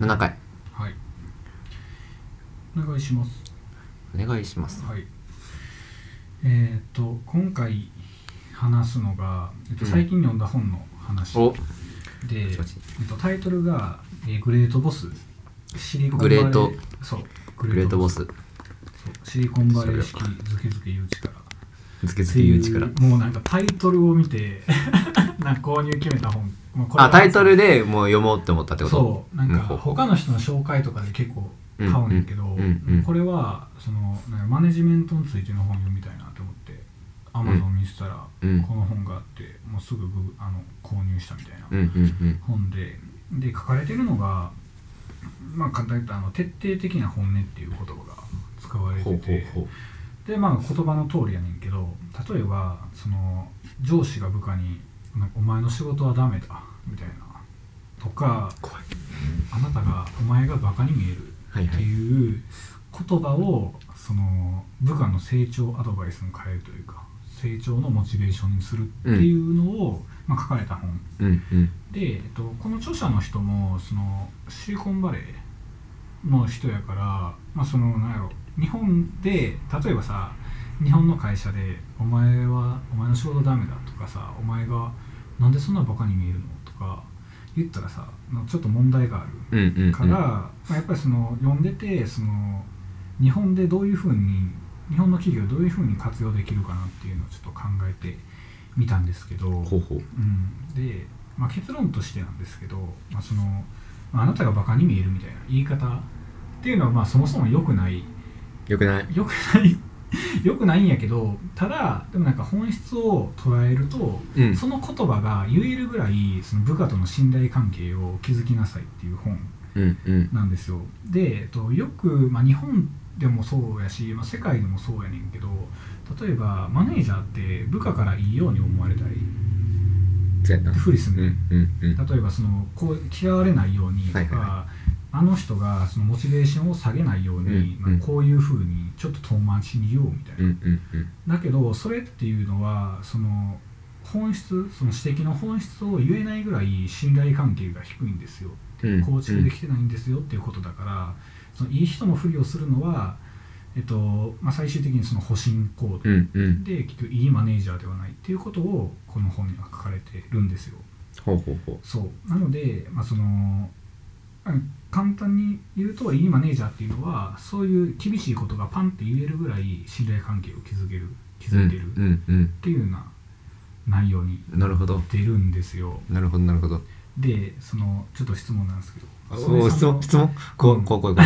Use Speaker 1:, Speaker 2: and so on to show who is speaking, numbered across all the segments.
Speaker 1: 7回
Speaker 2: はいお願いします
Speaker 1: お願いします
Speaker 2: はいえっ、と今回話すのが、えっと、
Speaker 1: うん
Speaker 2: 最近読んだ本の話、
Speaker 1: お
Speaker 2: で、え
Speaker 1: マジ
Speaker 2: っと、タイトルが、えーグレートボス」シリコンバ
Speaker 1: グ
Speaker 2: レ
Speaker 1: レ
Speaker 2: ー
Speaker 1: ート
Speaker 2: そう
Speaker 1: グレートボス
Speaker 2: そうシリコンバレー式ズケズケ言う力
Speaker 1: ズケズケ言う力
Speaker 2: っていうもうなんかタイトルを見て なんか購入決めた本、まこれ
Speaker 1: あタイトルでもう読もうって思ったってこと
Speaker 2: そうなんか
Speaker 1: ほうほう
Speaker 2: 他の人の紹介とかで結構買うんやけど、
Speaker 1: うんうんうんうん
Speaker 2: これはそのなんかマネジメントについての本読みたいなと思ってアマゾン見せたら、
Speaker 1: うん
Speaker 2: この本があってもうすぐググあの購入したみたいな
Speaker 1: うんうん
Speaker 2: 本でで書かれてるのがまあ簡単に言うとあの徹底的な本音っていう言葉が使わ
Speaker 1: う
Speaker 2: れ
Speaker 1: ん
Speaker 2: て
Speaker 1: ほうほう
Speaker 2: て
Speaker 1: ほう
Speaker 2: でまあ言葉の通りやねんけど例えばその上司が部下に「なんかお前の仕事はダメだ」みたいなとか
Speaker 1: 怖い
Speaker 2: 「あなたがお前がバカに見える」
Speaker 1: はい
Speaker 2: っ
Speaker 1: は
Speaker 2: て
Speaker 1: い
Speaker 2: いう言葉をその部下の成長アドバイスに変えるというか成長のモチベーションにするっていうのを、まあ、書かれた本
Speaker 1: うんうん
Speaker 2: で、えっと、この著者の人もそのシリコンバレーの人やから、まあ、そのなんやろ日本で例えばさ日本の会社で「お前はお前の仕事ダメだ」とかさ「お前がなんでそんなバカに見えるの?」とか言ったらさなんかちょっと問題があ
Speaker 1: うんうんうん
Speaker 2: るから、まあ、やっぱりその読んでてその日本でどういうふうに日本の企業どういうふうに活用できるかなっていうのをちょっと考えてみたんですけど。
Speaker 1: ほうほう
Speaker 2: うん、で、まあ、結論としてなんですけど、まあ、そのまああなたがバカに見えるみたいな言い方っていうのはまあそもそも良くない
Speaker 1: よくない
Speaker 2: 良くない 良くないんやけどただでもなんか本質を捉えると、
Speaker 1: うん
Speaker 2: その言葉が言えるぐらいその部下との信頼関係を築きなさいっていう本
Speaker 1: うんうん
Speaker 2: なんですよで、えっと、よく、まあ、日本でもそうやし、まあ、世界でもそうやねんけど例えばマネージャーって部下からいいように思われたり
Speaker 1: そうやな
Speaker 2: 不利す
Speaker 1: うんん
Speaker 2: ねん、
Speaker 1: うんうん
Speaker 2: 例えばそのこう嫌われないようにとか、
Speaker 1: はいはいは
Speaker 2: あの人がそのモチベーションを下げないように、
Speaker 1: うんうん
Speaker 2: まあこういうふうにちょっと遠回しに言おうみたいな、
Speaker 1: うんうんうん
Speaker 2: だけどそれっていうのはその本質その指摘の本質を言えないぐらい信頼関係が低いんですよ
Speaker 1: うん
Speaker 2: 構築できてないんですよっていうことだから、そのいい人のふりをするのは、えっとまあ、最終的にその保身行動
Speaker 1: うんうん
Speaker 2: で結局いいマネージャーではないっていうことをこの本には書かれてるんですよ。
Speaker 1: ほうほうほ
Speaker 2: そうなので、まあ、そのあの簡単に言うといいマネージャーっていうのはそういう厳しいことがパンって言えるぐらい信頼関係を築け
Speaker 1: う
Speaker 2: る
Speaker 1: う
Speaker 2: 築い
Speaker 1: ん
Speaker 2: てるっ
Speaker 1: うん
Speaker 2: ていうような内容に
Speaker 1: うんなるほど
Speaker 2: 出るんですよ
Speaker 1: なるほどなるほど
Speaker 2: でそのちょっと質問なんですけど
Speaker 1: おお質
Speaker 2: それ
Speaker 1: 問質問こ
Speaker 2: うん
Speaker 1: うこうこうこ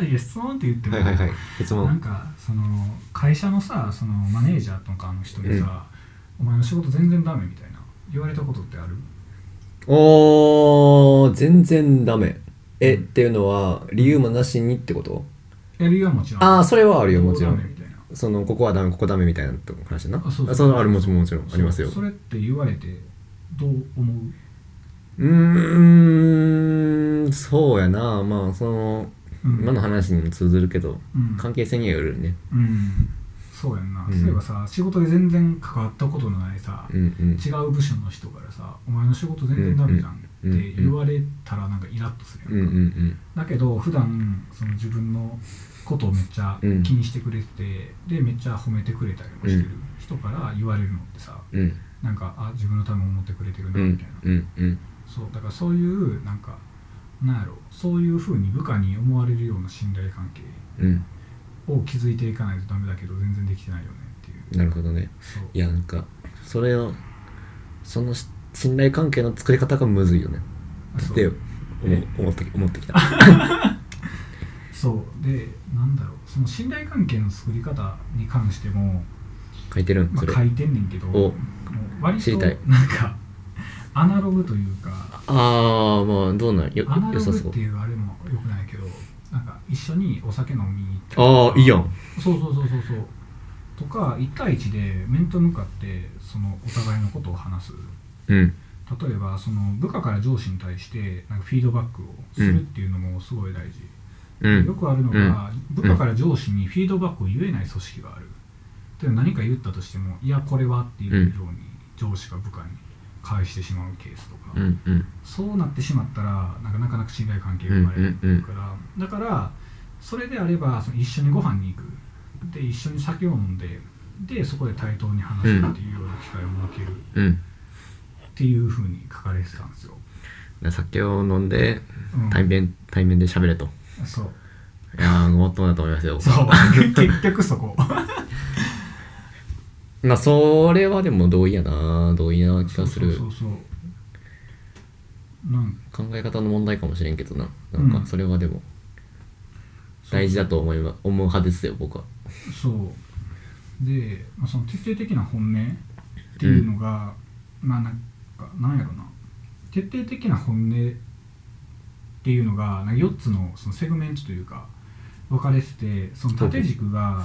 Speaker 1: う
Speaker 2: いや質問って言っても、
Speaker 1: はいはいはい質
Speaker 2: なん
Speaker 1: 問
Speaker 2: かその会社のさそのマネージャーとかの人にさ、お前の仕事全然ダメ」みたいな言われたことってある
Speaker 1: おー全然ダメえっていうのは理由もなしにってこと
Speaker 2: やるよはもちろん
Speaker 1: ああそれはあるよもちろ
Speaker 2: どうダメ
Speaker 1: ん
Speaker 2: みたいな
Speaker 1: そのここはダメここダメみたいなとこ話な
Speaker 2: あそうそう
Speaker 1: あそのあるもちろんもちろん
Speaker 2: そう
Speaker 1: ありますよ
Speaker 2: それって言われてどう思う
Speaker 1: うーんそうやなまあその
Speaker 2: うん
Speaker 1: 今の話にも通ずるけど
Speaker 2: うん
Speaker 1: 関係性にはよるよね
Speaker 2: うんそうやんな、
Speaker 1: うん
Speaker 2: そういえばさ仕事で全然関わったことのないさ、
Speaker 1: うんうん
Speaker 2: 違う部署の人からさ「お前の仕事全然ダメじゃん」
Speaker 1: うん
Speaker 2: って言われたらなんかイラッとする
Speaker 1: うんう
Speaker 2: やんか、
Speaker 1: ん
Speaker 2: だけど普段その自分のことをめっちゃ気
Speaker 1: うん
Speaker 2: にしてくれてて、でめっちゃ褒めてくれたりもしてる人から言われるのってさ
Speaker 1: うんうん
Speaker 2: なんかあ自分のために思ってくれてる
Speaker 1: う
Speaker 2: なみ
Speaker 1: ん
Speaker 2: たいな、
Speaker 1: うんうん
Speaker 2: そうだからそういうなんかなんやろそういうふうに部下に思われるような信頼関係
Speaker 1: うん
Speaker 2: を築いていかないとダメだけど全然できてないよねっていう
Speaker 1: なるほどね
Speaker 2: そう
Speaker 1: いやなんかそれをそのし信頼関係の作り方がむずいよね
Speaker 2: あそ
Speaker 1: っ
Speaker 2: う
Speaker 1: て思
Speaker 2: え
Speaker 1: う思って思ってきた
Speaker 2: そうでなんだろうその信頼関係の作り方に関しても、
Speaker 1: 書いてるん
Speaker 2: ま
Speaker 1: それ
Speaker 2: あ、書いてんねんけど
Speaker 1: お
Speaker 2: もう割
Speaker 1: 知
Speaker 2: と
Speaker 1: りたい
Speaker 2: なんかアナログというか
Speaker 1: ああまあどうなんよ
Speaker 2: アナ
Speaker 1: 良
Speaker 2: ロ
Speaker 1: さ
Speaker 2: グっ
Speaker 1: そう
Speaker 2: ていうあれもよくないけどなんか一緒にお酒飲みに行ったりと
Speaker 1: あ
Speaker 2: か
Speaker 1: あいいやん
Speaker 2: そうそうそうそうそうとか1対1で面と向かってそのお互いのことを話す
Speaker 1: うん
Speaker 2: 例えばその部下から上司に対してなんかフィードバックをするっていうのもすごい大事、
Speaker 1: う
Speaker 2: よ
Speaker 1: ん
Speaker 2: くあるのが、部下から上司にフィードバックを言えない組織があるで何か言ったとしてもいやこれはっていうように上司が部下に返してしまうケースとか、
Speaker 1: うんうん
Speaker 2: そうなってしまったらなんかなかなか信頼関係が生まれるから、
Speaker 1: うん
Speaker 2: だからそれであればその一緒にご飯に行くで一緒に酒を飲んででそこで対等に話すっていうような機会を設けるっ
Speaker 1: うんだか
Speaker 2: ていうふうに書かれてたんですよ、
Speaker 1: ら酒を飲んで
Speaker 2: うん
Speaker 1: 対面対面で喋れと
Speaker 2: そう
Speaker 1: いやーごもっともだと思いますよ
Speaker 2: そう 結局そこ
Speaker 1: まあそれはでも同意やな同意な気がする
Speaker 2: そうそうそうなん
Speaker 1: 考え方の問題かもしれんけどななん
Speaker 2: うん
Speaker 1: かそれはでも大事だと思いま思う派ですよ僕は
Speaker 2: そうで、まあ、その徹底的な本音っていうのが、まあなんかなんやろな徹底的な本音っていうのがなんか4つのそのセグメントというか分かれててその縦軸が、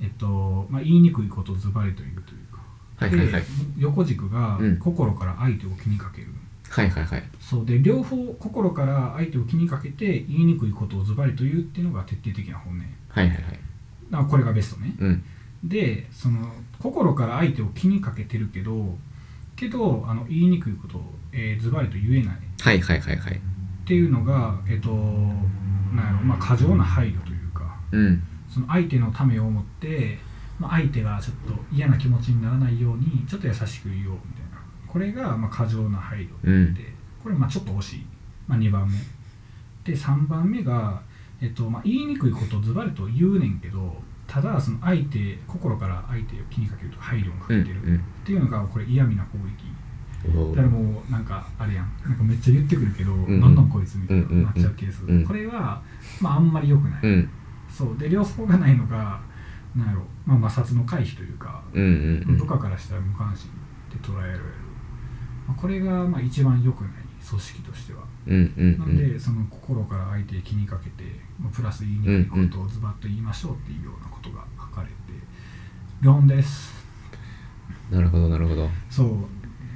Speaker 2: えっとまあ、言いにくいことをズバリと言うというか、
Speaker 1: はいはいはい
Speaker 2: で横軸が、
Speaker 1: うん
Speaker 2: 心から相手を気にかける
Speaker 1: はいはいはい
Speaker 2: そうで両方心から相手を気にかけて言いにくいことをズバリと言うっていうのが徹底的な本音
Speaker 1: はいはいはい
Speaker 2: だからこれがベストね
Speaker 1: うん
Speaker 2: でその心から相手を気にかけてるけどけどあの言いにくいことを、えーズバリと言えないっ
Speaker 1: はいはいはいはい
Speaker 2: ていうのがえっ、となんやろまあ過剰な配慮というか
Speaker 1: うん
Speaker 2: その相手のためを思って、まあ、相手がちょっと嫌な気持ちにならないようにちょっと優しく言おうみたいなこれがまあ過剰な配慮
Speaker 1: うん
Speaker 2: でこれまあちょっと惜しい、まあ、2番目で3番目が、えっとまあ、言いにくいことをズバリと言うねんけどただその相手心から相手を気にかけるとか配慮をか
Speaker 1: うん
Speaker 2: けてるっていうのがこれ嫌味な攻撃
Speaker 1: うんお
Speaker 2: だ
Speaker 1: ー
Speaker 2: からもうなんかあれやんなんかめっちゃ言ってくるけど、
Speaker 1: ん
Speaker 2: なんなんこいつみたいな
Speaker 1: うんうんうん
Speaker 2: なっちゃうケース、
Speaker 1: うん
Speaker 2: これは、まあ、あんまり良くない、
Speaker 1: うん
Speaker 2: そうで両方がないのがなんやろ、まあ、摩擦の回避というか
Speaker 1: うんうんう
Speaker 2: 部
Speaker 1: ん
Speaker 2: 下からしたら無関心で捉えられる、まあ、これがまあ一番良くない組織としては
Speaker 1: うんうん
Speaker 2: な
Speaker 1: うんん
Speaker 2: でその心から相手に気にかけて、まあ、プラス言いにくいことをズバッと言いましょうっていうようなことが書かれて4です
Speaker 1: なるほどなるほど
Speaker 2: そう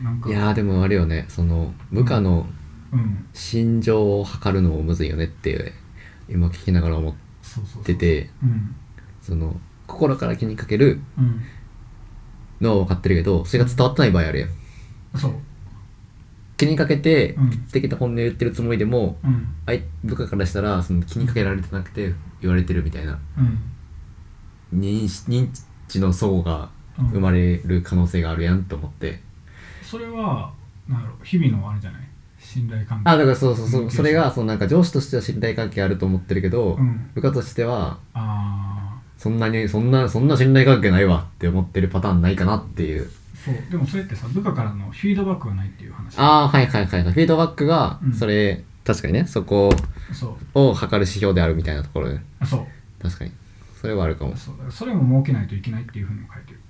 Speaker 2: なんか
Speaker 1: いやーでもあるよねその部下の
Speaker 2: うん
Speaker 1: 心情を測るのもむずいよねって今聞きながら思っ
Speaker 2: そうそうそう
Speaker 1: てて
Speaker 2: うん
Speaker 1: その心から気にかける
Speaker 2: うん
Speaker 1: のは分かってるけどそれが伝わってない場合あるやん
Speaker 2: そう
Speaker 1: 気にかけて
Speaker 2: うん
Speaker 1: 的な本音を言ってるつもりでも
Speaker 2: うん
Speaker 1: 相部下からしたらその気にかけられてなくて言われてるみたいな
Speaker 2: うん
Speaker 1: 認識認知の層が
Speaker 2: うん
Speaker 1: 生まれる可能性があるやんと思って
Speaker 2: それはなんやろ日々のあれじゃない信頼関係
Speaker 1: あだからそうそうそ
Speaker 2: うん
Speaker 1: うそれがそのなんか上司としては信頼関係あると思ってるけど
Speaker 2: うん
Speaker 1: 部下としては
Speaker 2: あ
Speaker 1: そんなにそんなそんな信頼関係ないわって思ってるパターンないかなっていう
Speaker 2: あそうでもそれってさ部下からのフィードバックがないっていう話
Speaker 1: ああはいはいはいはいフィードバックが
Speaker 2: うん
Speaker 1: それ、確かにねそこ
Speaker 2: そう
Speaker 1: を測る指標であるみたいなところで
Speaker 2: あそう
Speaker 1: 確かにそれはあるかも
Speaker 2: そうだからそれも設けないといけないっていうふうにも書いてる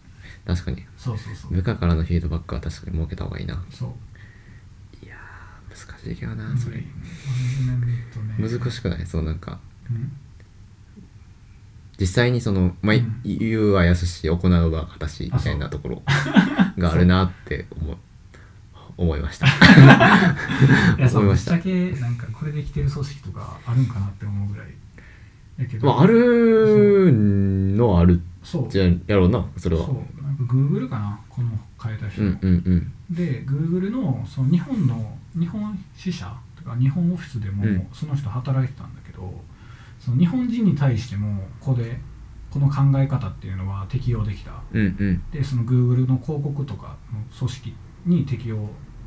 Speaker 1: 確かに
Speaker 2: そうそうそう
Speaker 1: 部下からのフィードバックは確かに設けた方がいいな
Speaker 2: そう
Speaker 1: 難しいけどなそれ
Speaker 2: マネジメントね
Speaker 1: 難しくないそうなんか
Speaker 2: うん
Speaker 1: 実際にその、まあ
Speaker 2: うん
Speaker 1: 言うはやすし行うは形みたいなとこ ろがあるなって思う思いました
Speaker 2: いやそ う
Speaker 1: 思い
Speaker 2: ぶっ
Speaker 1: まし
Speaker 2: ち
Speaker 1: た
Speaker 2: ゃけなんかこれできてる組織とかあるんかなって思うぐらいやけど、
Speaker 1: まああるのはある
Speaker 2: そう
Speaker 1: じゃやろうなそれは
Speaker 2: そうなんか Google かなこの変えた人、
Speaker 1: うんうんうん
Speaker 2: で Google のその日本の日本支社とか日本オフィスでも
Speaker 1: うん
Speaker 2: その人働いてたんだけど、その日本人に対してもここでこの考え方っていうのは適用できた
Speaker 1: うんうん
Speaker 2: でその Google の広告とかの組織に適用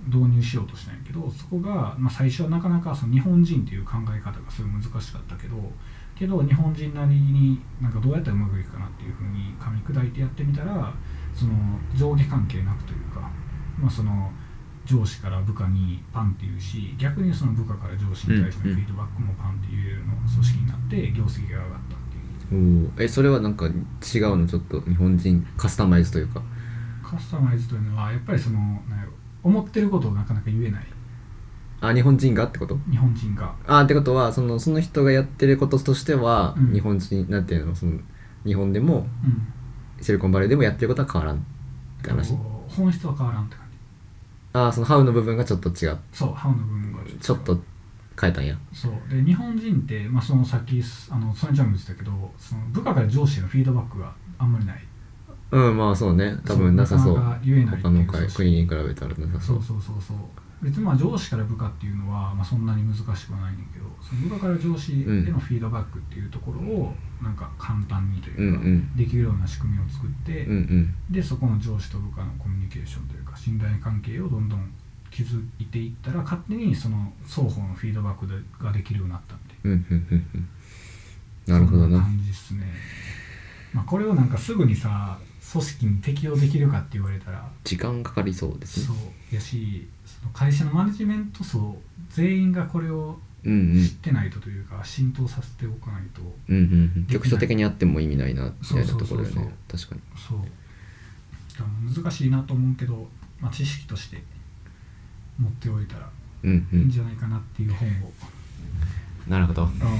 Speaker 2: 導入しようとしたんやけどそこが、まあ、最初はなかなかその日本人っていう考え方がすごい難しかったけどけど日本人なりになんかどうやったらうまくいくかなっていうふうに噛み砕いてやってみたらその上下関係なくというか、まあ、その上司から部下にパンって言うし逆にその部下から上司に対してのフィードバックもパンって言えるような組織になって業績が上がったっていう
Speaker 1: おーえそれはなんか違うのちょっと日本人カスタマイズというか
Speaker 2: カスタマイズというのはやっぱりそのなんやろ思ってることをなかなか言えない
Speaker 1: あ日本人がってこと
Speaker 2: 日本人が
Speaker 1: あってことはそのその人がやってることとしては、
Speaker 2: うん
Speaker 1: 日本人なんていうのその日本でも
Speaker 2: うん
Speaker 1: シリコンバレーでもやってることは変わらんって話、
Speaker 2: こう本質は変わらんって感
Speaker 1: あそのハウの部分がちょっと違う
Speaker 2: じそうハウの部分が
Speaker 1: ちょっと変えたんや
Speaker 2: そうで日本人って、まあ、そのさっきあのソニちゃんも言ってたけどその部下から上司へのフィードバックがあんまりない
Speaker 1: うんまあそうね多分なさそう
Speaker 2: そうなかなか言えないって
Speaker 1: 他
Speaker 2: いう
Speaker 1: の
Speaker 2: 組
Speaker 1: 会
Speaker 2: 織
Speaker 1: 国に比べたらなさそ
Speaker 2: そううそうそうそう別にまあ上司から部下っていうのは、まあ、そんなに難しくはないんだけどその部下から上司へのフィードバックっていうところをなんか簡単にというか、
Speaker 1: うんうん
Speaker 2: できるような仕組みを作って、
Speaker 1: うんうん
Speaker 2: でそこの上司と部下のコミュニケーションというか信頼関係をどんどん築いていったら勝手にその双方のフィードバックでができるようになったんで
Speaker 1: うんうんうんうんなるほど
Speaker 2: そんな
Speaker 1: な
Speaker 2: 感じっすね、まあ、これをなんかすぐにさ組織に適用できるかって言われたら
Speaker 1: 時間かかりそうです
Speaker 2: そ
Speaker 1: ね
Speaker 2: うやしその会社のマネジメント層全員がこれを
Speaker 1: うんうん
Speaker 2: 知ってないとというか、浸透させておかないと
Speaker 1: うんうんうん局所的にあっても意味ないなみたいなところよ
Speaker 2: そうそうそう
Speaker 1: ね確かに
Speaker 2: そうだから難しいなと思うけど、まあ、知識として持っておいたら
Speaker 1: うんう
Speaker 2: いいん
Speaker 1: ん
Speaker 2: じゃないかなっていう本を、
Speaker 1: なるほど
Speaker 2: あの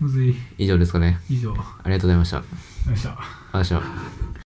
Speaker 2: むずい
Speaker 1: 以上ですかね
Speaker 2: 以上ありがと
Speaker 1: ありがとうございました
Speaker 2: うございました
Speaker 1: ありがとうございました